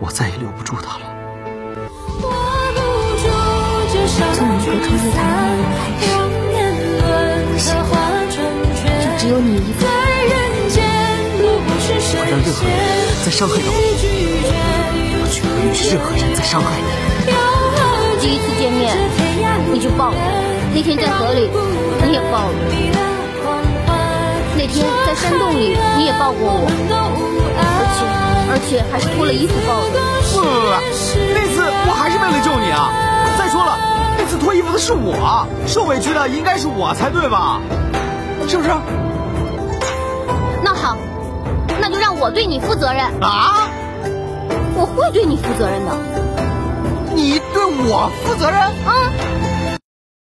我再也留不住他了。纵然隔出日坛万里海市，我喜欢就只有你一个。不会让任何人再伤害到我，我绝不允许任何人再伤害你。第一次见面你就抱我，那天在河里你也抱我，那天在山洞里你也抱过我，而且而且还是脱了衣服抱的。不不不，那次我还是为了救你啊！再说了，那次脱衣服的是我，受委屈的应该是我才对吧？是不是？那好。那就让我对你负责任啊！我会对你负责任的。你对我负责任？啊。